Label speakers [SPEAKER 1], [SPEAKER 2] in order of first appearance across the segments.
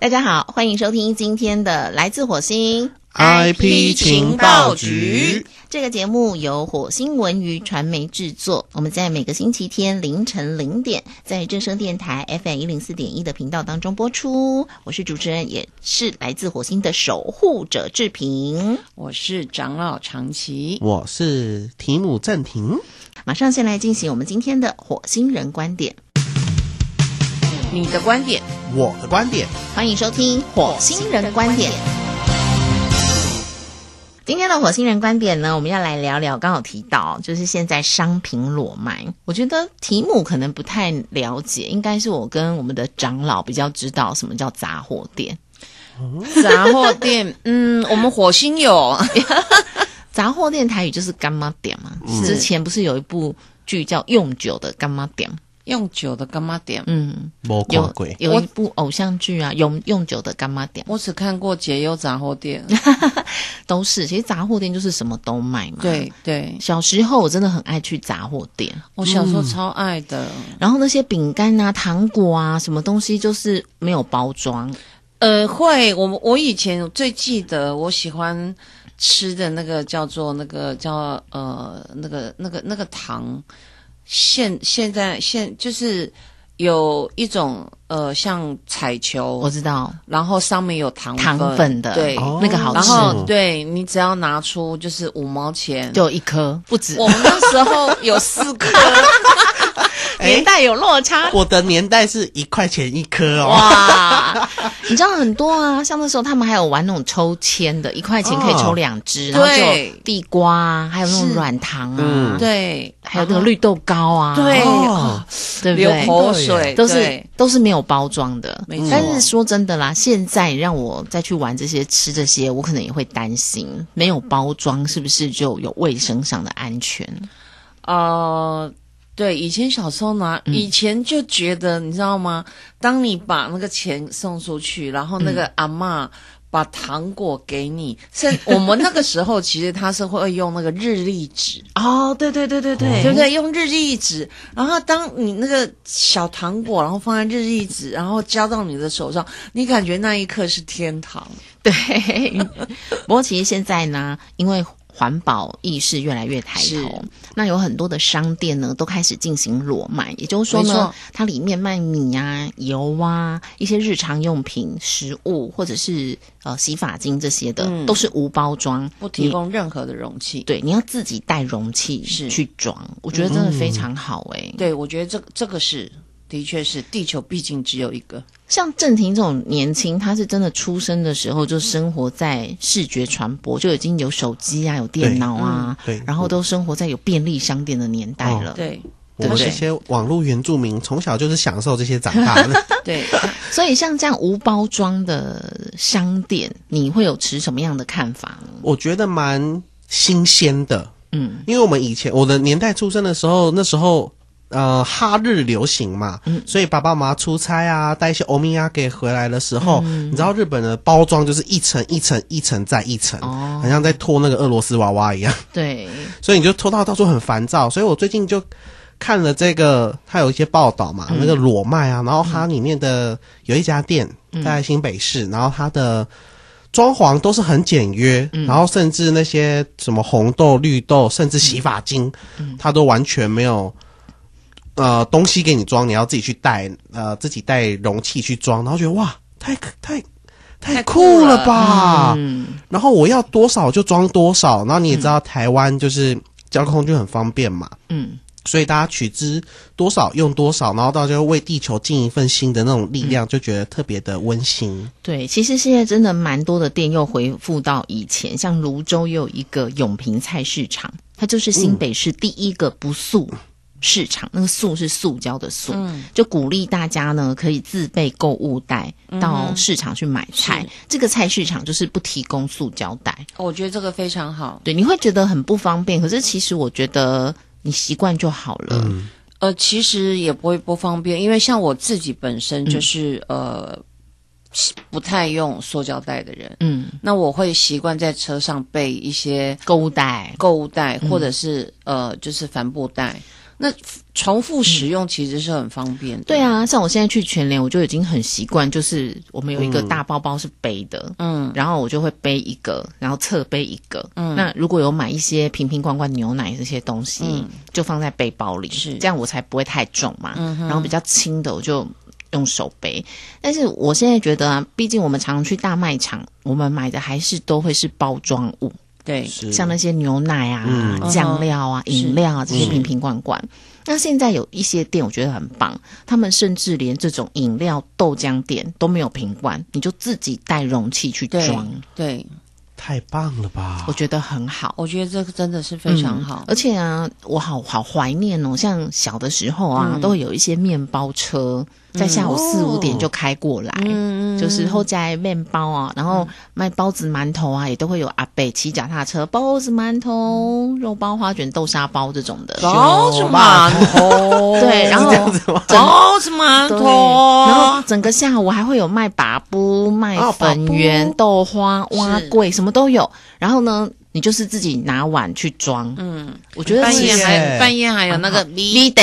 [SPEAKER 1] 大家好，欢迎收听今天的《来自火星》
[SPEAKER 2] IP 情报局，
[SPEAKER 1] 这个节目，由火星文娱传媒制作。我们在每个星期天凌晨零点，在正声电台 FM 一零四点一的频道当中播出。我是主持人，也是来自火星的守护者志平。
[SPEAKER 3] 我是长老长崎，
[SPEAKER 2] 我是提姆正廷。
[SPEAKER 1] 马上先来进行我们今天的火星人观点，
[SPEAKER 3] 你的观点，
[SPEAKER 2] 我的观点，
[SPEAKER 1] 欢迎收听火星人观点。今天的火星人观点呢，我们要来聊聊。刚好提到，就是现在商品裸卖，我觉得题目可能不太了解，应该是我跟我们的长老比较知道什么叫杂货店。
[SPEAKER 3] 杂货店， 嗯，我们火星有，
[SPEAKER 1] 杂货店台语就是干妈点嘛。
[SPEAKER 2] 嗯
[SPEAKER 1] 之前不是有一部剧叫《用酒的干妈点》？
[SPEAKER 3] 用酒的干妈店，
[SPEAKER 1] 嗯，
[SPEAKER 2] 魔
[SPEAKER 1] 有
[SPEAKER 2] 鬼
[SPEAKER 1] 有一部偶像剧啊，《用用酒的干妈点》
[SPEAKER 3] 我只看过解忧杂货 店，
[SPEAKER 1] 都是。其实杂货店就是什么都卖嘛。。
[SPEAKER 3] 对对，
[SPEAKER 1] 小时候我真的很爱去杂货店，
[SPEAKER 3] 我小时候超爱的，
[SPEAKER 1] 然后那些饼干啊、糖果啊，什么东西就是没有包装，
[SPEAKER 3] 呃，会，我我以前最记得我喜欢。吃的那个叫做那个叫呃那个那个那个糖，现现在现就是有一种呃像彩
[SPEAKER 1] 我
[SPEAKER 3] 球，
[SPEAKER 1] 知道
[SPEAKER 3] 然后上面有糖
[SPEAKER 1] 糖粉的，
[SPEAKER 3] 对，
[SPEAKER 2] 哦
[SPEAKER 1] 那个好
[SPEAKER 3] 然
[SPEAKER 1] 吃，
[SPEAKER 3] 后对你只要拿出就是五毛钱，
[SPEAKER 1] 就有一颗不止，
[SPEAKER 3] 我们那时候有四 颗，
[SPEAKER 1] 年代有落差。
[SPEAKER 2] 我的年代是一块钱一颗哦，
[SPEAKER 1] 哇， 你知道很多啊，像那时候他们还有玩那种抽签的，一块钱可以抽两只，然后就
[SPEAKER 3] 对
[SPEAKER 1] 有地瓜啊，还有那种
[SPEAKER 3] 是
[SPEAKER 1] 软糖啊
[SPEAKER 2] 嗯，
[SPEAKER 3] 对，
[SPEAKER 1] 还有那个绿豆糕啊，
[SPEAKER 3] 对
[SPEAKER 2] 哦
[SPEAKER 1] 对不
[SPEAKER 3] 流
[SPEAKER 1] 对？
[SPEAKER 3] 口水，
[SPEAKER 1] 都是
[SPEAKER 3] 对
[SPEAKER 1] 都是没有包装的
[SPEAKER 3] 没错，
[SPEAKER 1] 但是说真的啦，现在让我再去玩这些吃这些，我可能也会担心没有包装是不是就有卫生上的安全？
[SPEAKER 3] 呃。对，以前小时候拿，
[SPEAKER 1] 嗯
[SPEAKER 3] 以前就觉得，你知道吗？当你把那个钱送出去，然后那
[SPEAKER 1] 嗯
[SPEAKER 3] 个阿嬷把糖果给你，甚 我们那个时候其实他是会用那个日历纸，
[SPEAKER 1] 哦，对对对对对
[SPEAKER 3] 对不对？用日历纸，然后当你那个小糖果，然后放在日历纸，然后交到你的手上，你感觉那一刻是天堂。
[SPEAKER 1] 对，不过其实现在呢，因为环保意识越来越抬头
[SPEAKER 3] 是，
[SPEAKER 1] 那有很多的商店呢都开始进行裸卖，也就是说
[SPEAKER 3] 没
[SPEAKER 1] 呢
[SPEAKER 3] 错，
[SPEAKER 1] 它里面卖米啊、油啊、一些日常用品、食物或者是呃洗发精这些的，
[SPEAKER 3] 嗯
[SPEAKER 1] 都是无包装，
[SPEAKER 3] 不提
[SPEAKER 1] 你。
[SPEAKER 3] 供任何的容器。
[SPEAKER 1] 对，你要自己带容器
[SPEAKER 3] 是嗯
[SPEAKER 1] 去装，我觉得真的非常好哎、欸。
[SPEAKER 3] 对，我觉得这这个是，的确是，地球毕竟只有一个。
[SPEAKER 1] 像郑婷这种年轻，她是真的出生的时候就生活在视觉传播，就已经有手机啊、有电脑啊，
[SPEAKER 2] 对，
[SPEAKER 1] 然后都生活在有便利商店的年代了。，
[SPEAKER 3] 嗯哦对
[SPEAKER 2] 我们
[SPEAKER 1] 对
[SPEAKER 2] 这些网络原住民从小就是享受这些长大的，
[SPEAKER 3] 对，
[SPEAKER 1] 所以像这样无包装的商店，你会有持什么样的看法呢？
[SPEAKER 2] 我觉得蛮新鲜的。
[SPEAKER 1] 嗯，
[SPEAKER 2] 因为我们以前我的年代出生的时候，那时候呃哈日流行嘛，所以爸爸妈妈出差啊，带一些欧米亚给回来的时候，你知道日本的包装就是一层一层一层再一层，
[SPEAKER 1] 哦
[SPEAKER 2] 很像在拖那个俄罗斯娃娃一样，
[SPEAKER 1] 对，
[SPEAKER 2] 所以你就拖到到处很烦躁。所以我最近就看了这个，它有一些报道嘛，那个裸卖啊，然后它里面的有一家店在新北市，然后它的。装潢都是很简约，然后甚至那些什么红豆、绿豆，甚至洗发精，它都完全没有呃东西给你装，你要自己去带呃自己带容器去装，然后觉得哇，太可太太
[SPEAKER 3] 太酷
[SPEAKER 2] 酷了
[SPEAKER 3] 了啊
[SPEAKER 2] 吧！
[SPEAKER 1] 嗯，
[SPEAKER 2] 然后我要多少就装多少，然后你也知道台湾就是交通就很方便嘛，
[SPEAKER 1] 嗯，
[SPEAKER 2] 所以大家取之多少用多少，然后大家为地球尽一份心的那种力量，就觉得特别的温馨。
[SPEAKER 1] 对，其实现在真的蛮多的店又恢复到以前，像泸州又有一个永平菜市场，它就是新北市第一个不素。市场那个素是塑胶的素，就鼓励大家呢可以自备购物袋到市场去买菜。这个菜市场就是不提供塑胶袋，
[SPEAKER 3] 我觉得这个非常好。
[SPEAKER 1] 对，你会觉得很不方便。可是其实我觉得你习惯就好了。
[SPEAKER 3] 呃，其实也不会不方便，因为像我自己本身就是、呃不太用塑胶袋的人，
[SPEAKER 1] 嗯，
[SPEAKER 3] 那我会习惯在车上备一些
[SPEAKER 1] 购物袋，嗯
[SPEAKER 3] 购物袋，或者是、呃就是帆布袋。那重复使用其实是很方便的。
[SPEAKER 1] 对，啊，像我现在去全联，我就已经很习惯，就是我们有一个大包包是背的，
[SPEAKER 3] 嗯
[SPEAKER 1] 然后我就会背一个，然后侧背一个。嗯，那如果有买一些瓶瓶罐罐、牛奶这些东西，就放在背包里，
[SPEAKER 3] 嗯是嗯
[SPEAKER 1] 这样我才不会太重嘛。然后比较轻的我就用手背。但是我现在觉得啊，毕竟我们常去大卖场，我们买的还是都会是包装物，
[SPEAKER 3] 对，
[SPEAKER 2] 是
[SPEAKER 1] 像那些牛奶啊、
[SPEAKER 3] 嗯
[SPEAKER 1] 酱料啊、
[SPEAKER 3] 嗯
[SPEAKER 1] 饮料啊这些
[SPEAKER 2] 嗯
[SPEAKER 1] 瓶瓶罐罐。那现在有一些店我觉得很棒，他们甚至连这种饮料、豆浆店都没有瓶罐，你就自己带容器去
[SPEAKER 3] 对
[SPEAKER 1] 装，
[SPEAKER 3] 对，
[SPEAKER 2] 太棒了吧
[SPEAKER 1] 我！觉得很好。
[SPEAKER 3] 我觉得这个真的是非常
[SPEAKER 1] 嗯
[SPEAKER 3] 好。
[SPEAKER 1] 而且啊，我好好怀念哦，像小的时候啊，都会有一些面包车在下午四五点就开过来，
[SPEAKER 3] 嗯
[SPEAKER 1] 就是后加面包啊，然后卖包子、馒头啊，也都会有阿伯骑脚踏车，包子、馒头、肉包、花卷、豆沙包这种的。
[SPEAKER 3] 包子馒头，
[SPEAKER 1] 对，然后
[SPEAKER 2] 是这样子吗？
[SPEAKER 3] 包子馒
[SPEAKER 1] 对，
[SPEAKER 3] 头，
[SPEAKER 1] 然后整个下午还会有卖把布、卖
[SPEAKER 2] 哦
[SPEAKER 1] 粉圆、豆花、蛙桂，什么都有。然后呢，你就是自己拿碗去装。嗯，我觉得
[SPEAKER 3] 半夜
[SPEAKER 1] 其实
[SPEAKER 3] 还半夜还有那个
[SPEAKER 1] 米
[SPEAKER 3] 米，
[SPEAKER 1] 啊得，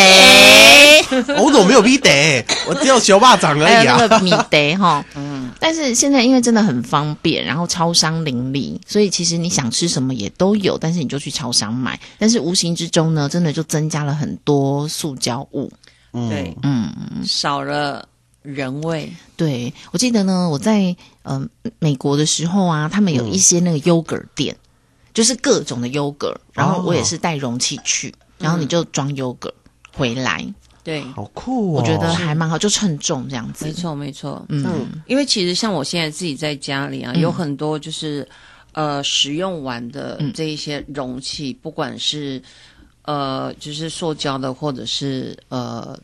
[SPEAKER 2] 哦我怎么没有逼得？我只有球霸掌而
[SPEAKER 1] 还
[SPEAKER 2] 已
[SPEAKER 1] 有
[SPEAKER 2] 啊！
[SPEAKER 1] 哎那个米得哈。
[SPEAKER 3] 嗯，
[SPEAKER 1] 但是现在因为真的很方便，然后超商林立，所以其实你想吃什么也都有，但是你就去超商买。但是无形之中呢，真的就增加了很多塑胶物。
[SPEAKER 2] 嗯
[SPEAKER 3] 对，
[SPEAKER 1] 嗯，
[SPEAKER 3] 少了人味，
[SPEAKER 1] 对，我记得呢，我在嗯、呃、美国的时候啊，他们有一些那个 yogurt 店，就是各种的 yogurt，然后我也是带容器去，然后你就装 yogurt 回来，
[SPEAKER 3] 对，
[SPEAKER 2] 好酷哦！
[SPEAKER 1] 我觉得还蛮好，就称重这样
[SPEAKER 3] 没
[SPEAKER 1] 子。
[SPEAKER 3] 错没错，
[SPEAKER 1] 嗯，
[SPEAKER 2] 嗯
[SPEAKER 3] 因为其实像我现在自己在家里啊，有很多就是呃使用完的
[SPEAKER 1] 嗯
[SPEAKER 3] 这一些容器，不管是呃就是塑胶的或者是呃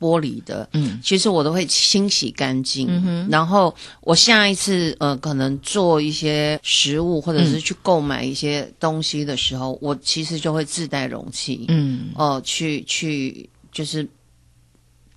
[SPEAKER 3] 玻璃的，
[SPEAKER 1] 嗯，
[SPEAKER 3] 其实我都会清洗干净。
[SPEAKER 1] 嗯哼
[SPEAKER 3] 然后我下一次呃可能做一些食物或者
[SPEAKER 1] 嗯
[SPEAKER 3] 是去购买一些东西的时候，我其实就会自带容器，
[SPEAKER 1] 嗯
[SPEAKER 3] 哦、去去就是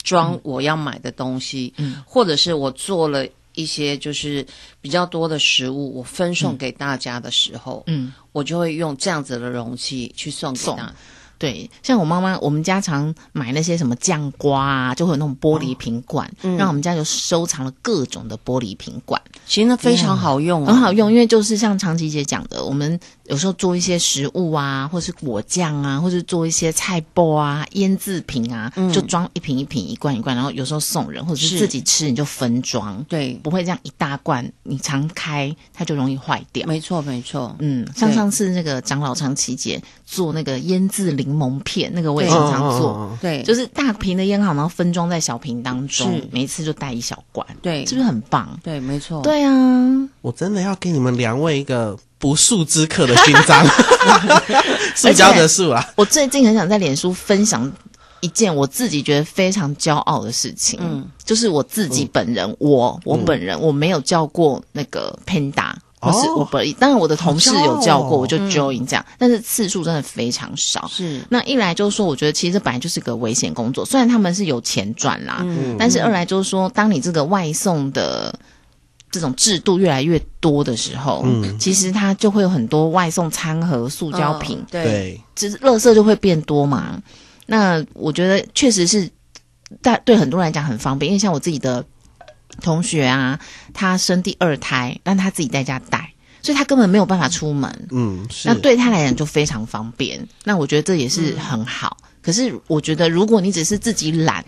[SPEAKER 3] 装我要买的东西，
[SPEAKER 1] 嗯
[SPEAKER 3] 或者是我做了一些就是比较多的食物，我分送给大家的时候，
[SPEAKER 1] 嗯，
[SPEAKER 3] 我就会用这样子的容器去送给
[SPEAKER 1] 送
[SPEAKER 3] 大家。
[SPEAKER 1] 对，像我妈妈，我们家常买那些什么酱瓜啊，就会有那种玻璃瓶罐，让我们家就收藏了各种的玻璃瓶罐，
[SPEAKER 3] 其实那非常好用、啊，
[SPEAKER 1] 嗯很好用。因为就是像长琪姐讲的，我们有时候做一些食物啊，或是果酱啊，或是做一些菜包啊、腌制品啊，就装一瓶一瓶、一罐一罐，然后有时候送人或者是
[SPEAKER 3] 是
[SPEAKER 1] 自己吃，你就分装，
[SPEAKER 3] 对，
[SPEAKER 1] 不会这样一大罐，你常开它就容易坏掉。
[SPEAKER 3] 没错没错，
[SPEAKER 1] 嗯，像
[SPEAKER 3] 对
[SPEAKER 1] 上次那个长老长琪姐做那个腌制柠檬片，那个我也
[SPEAKER 3] 对
[SPEAKER 1] 经
[SPEAKER 2] 嗯
[SPEAKER 1] 常做。
[SPEAKER 2] 嗯嗯嗯
[SPEAKER 3] 对，
[SPEAKER 1] 就是大瓶的腌好，然后分装在小瓶当中
[SPEAKER 3] 是，
[SPEAKER 1] 每一次就带一小罐，
[SPEAKER 3] 对
[SPEAKER 1] 是不是很棒？
[SPEAKER 3] 对，没
[SPEAKER 2] 哦
[SPEAKER 3] 错，
[SPEAKER 1] 对啊，
[SPEAKER 2] 我真的要给你们两位一个不速之客的勋 章，塑胶的树啊，
[SPEAKER 1] 我最近很想在脸书分享一件我自己觉得非常骄傲的事情，
[SPEAKER 3] 嗯
[SPEAKER 1] 就是我自己本人，我
[SPEAKER 2] 嗯
[SPEAKER 1] 我本人、我没有叫过那个 Panda 或是
[SPEAKER 2] 哦
[SPEAKER 1] Uber，、当然我的同事有
[SPEAKER 2] 好骄
[SPEAKER 1] 叫
[SPEAKER 2] 傲
[SPEAKER 1] 过，
[SPEAKER 2] 哦
[SPEAKER 1] 我就 join 这样，但是次数真的非常少。
[SPEAKER 3] 是
[SPEAKER 1] 那一来就是说，我觉得其实这本来就是个危险工作，虽然他们是有钱赚啦，
[SPEAKER 3] 嗯
[SPEAKER 1] 但是二来就是说，当你这个外送的这种制度越来越多的时候，
[SPEAKER 2] 嗯
[SPEAKER 1] 其实它就会有很多外送餐盒、塑胶品，
[SPEAKER 3] 嗯对
[SPEAKER 2] 对，
[SPEAKER 1] 其实垃圾就会变多嘛。那我觉得确实是，但对很多人来讲很方便，因为像我自己的同学啊，他生第二胎，但他自己在家带，所以他根本没有办法出门。
[SPEAKER 2] 嗯，是嗯
[SPEAKER 1] 那对他来讲就非常方便。那我觉得这也是很好。可是我觉得，如果你只是自己懒，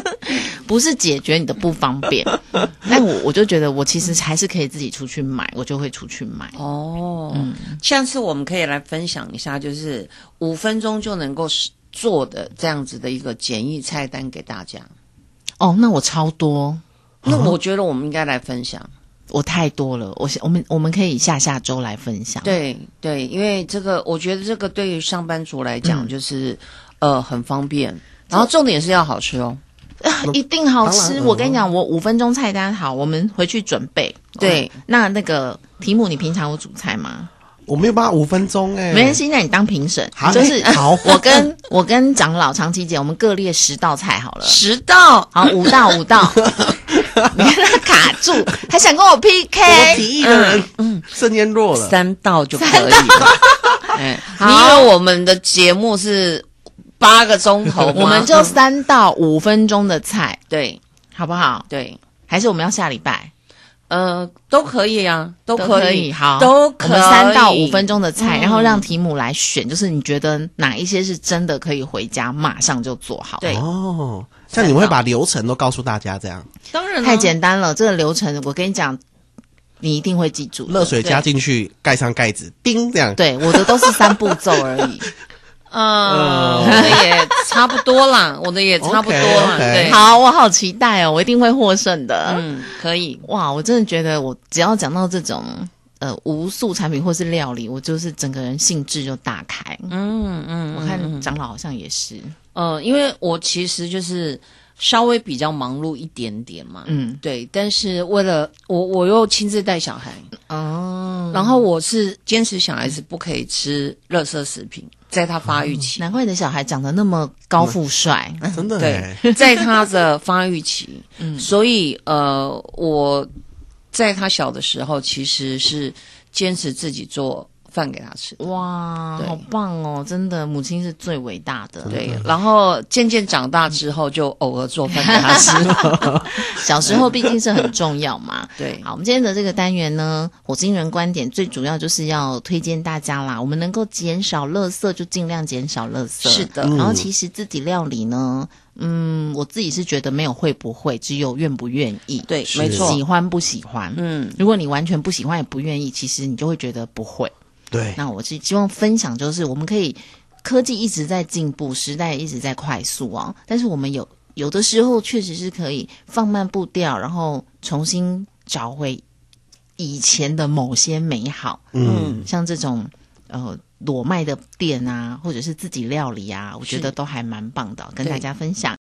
[SPEAKER 1] 不是解决你的不方便， 那我我就觉得我其实还是可以自己出去买，我就会出去买。
[SPEAKER 3] 哦，下次我们可以来分享一下，就是五分钟就能够是做的这样子的一个简易菜单给大家。
[SPEAKER 1] 哦，那我超多，
[SPEAKER 3] 那我觉得我们应该来分享，
[SPEAKER 1] 我太多了。我我们我们可以下下周来分享。，
[SPEAKER 3] 对对，因为这个我觉得这个对于上班族来讲就是、呃很方便，然后重点是要好吃哦。
[SPEAKER 1] 一定好
[SPEAKER 2] 当
[SPEAKER 1] 吃。
[SPEAKER 2] 然
[SPEAKER 1] 我跟你讲，我五分钟菜单好，我们回去准备。
[SPEAKER 3] 对
[SPEAKER 1] 嗯那那个题目，你平常有煮菜吗？
[SPEAKER 2] 我没有办法五分钟哎，
[SPEAKER 1] 没关系，那你当评审
[SPEAKER 2] 好，
[SPEAKER 1] 就
[SPEAKER 2] 哎
[SPEAKER 1] 是
[SPEAKER 2] 好
[SPEAKER 1] 我跟 我跟长老长期姐，我们各列十道菜好了。
[SPEAKER 3] 十道，
[SPEAKER 1] 好，五道五 道，你看他卡住，还想跟我 PK。
[SPEAKER 2] 我提议的人，嗯，瞬间弱了，
[SPEAKER 3] 三道就可以了。哎，你以为我们的节目是八个钟头吗，
[SPEAKER 1] 我们就三到五分钟的菜，
[SPEAKER 3] 对
[SPEAKER 1] 好不好？
[SPEAKER 3] 对，
[SPEAKER 1] 还是我们要下礼拜
[SPEAKER 3] 呃，都可以啊，都
[SPEAKER 1] 都
[SPEAKER 3] 可以，
[SPEAKER 1] 好，
[SPEAKER 3] 都可
[SPEAKER 1] 啊我
[SPEAKER 3] 以嗯
[SPEAKER 1] 们三到五分钟的菜，然后让题目来选，就是你觉得哪一些是真的可以回家马上就做好？
[SPEAKER 3] 对
[SPEAKER 2] 哦，像你们会把流程都告诉大家，这样
[SPEAKER 3] 当然啊
[SPEAKER 1] 太简单了，这个流程我跟你讲，你一定会记住的。
[SPEAKER 2] 热水加进去，盖上盖子，叮，这样。
[SPEAKER 1] 对我的都是三步骤而已。
[SPEAKER 3] 啊，我的也差不多 啦，我的也差不多啦，
[SPEAKER 2] OK，OK
[SPEAKER 3] 对，，
[SPEAKER 1] 好，我好期待哦，我一定会获胜的。
[SPEAKER 3] 嗯，可以，
[SPEAKER 1] 哇，我真的觉得我只要讲到这种呃无素产品或是料理，我就是整个人兴致就大开。
[SPEAKER 3] 嗯嗯，
[SPEAKER 1] 我
[SPEAKER 3] 我看，
[SPEAKER 1] 看长老好像也是，
[SPEAKER 3] 呃，因为我其实就是稍微比较忙碌一点点嘛，
[SPEAKER 1] 嗯，
[SPEAKER 3] 对，但是为了我，我又亲自带小孩，
[SPEAKER 1] 哦，
[SPEAKER 3] 然后我是坚持小孩子不可以吃垃圾食品，在他发育期，
[SPEAKER 1] 难怪你的小孩长得那么高富帅。
[SPEAKER 2] 真的欸，
[SPEAKER 3] 对，在他的发育期，所以呃，我在他小的时候其实是坚持自己做饭给他吃的，
[SPEAKER 1] 哇，
[SPEAKER 3] 对
[SPEAKER 1] 好棒哦！真的，母亲是最伟大的。
[SPEAKER 3] 对，然后渐渐长大之后就偶尔做饭给他吃，
[SPEAKER 1] 小时 候毕竟是很重要嘛。
[SPEAKER 3] 对，
[SPEAKER 1] 好，我们今天的这个单元呢，火星人观点最主要就是要推荐大家啦，我们能够减少垃圾就尽量减少垃圾。
[SPEAKER 3] 是的
[SPEAKER 1] 然后其实自己料理呢，嗯，我自己是觉得没有会不会，只有愿不愿意，
[SPEAKER 3] 对，
[SPEAKER 2] 是
[SPEAKER 3] 没错，
[SPEAKER 1] 喜欢不喜欢。
[SPEAKER 3] 嗯，
[SPEAKER 1] 如果你完全不喜欢也不愿意，其实你就会觉得不会。
[SPEAKER 2] 对，
[SPEAKER 1] 那我是希望分享，就是我们可以科技一直在进步，时代一直在快速啊，但是我们有有的时候确实是可以放慢步调，然后重新找回以前的某些美好，
[SPEAKER 2] 嗯，
[SPEAKER 1] 像这种呃裸卖的店啊，或者是自己料理啊，我觉
[SPEAKER 3] 是
[SPEAKER 1] 得都还蛮棒的，跟
[SPEAKER 3] 对
[SPEAKER 1] 大家分享。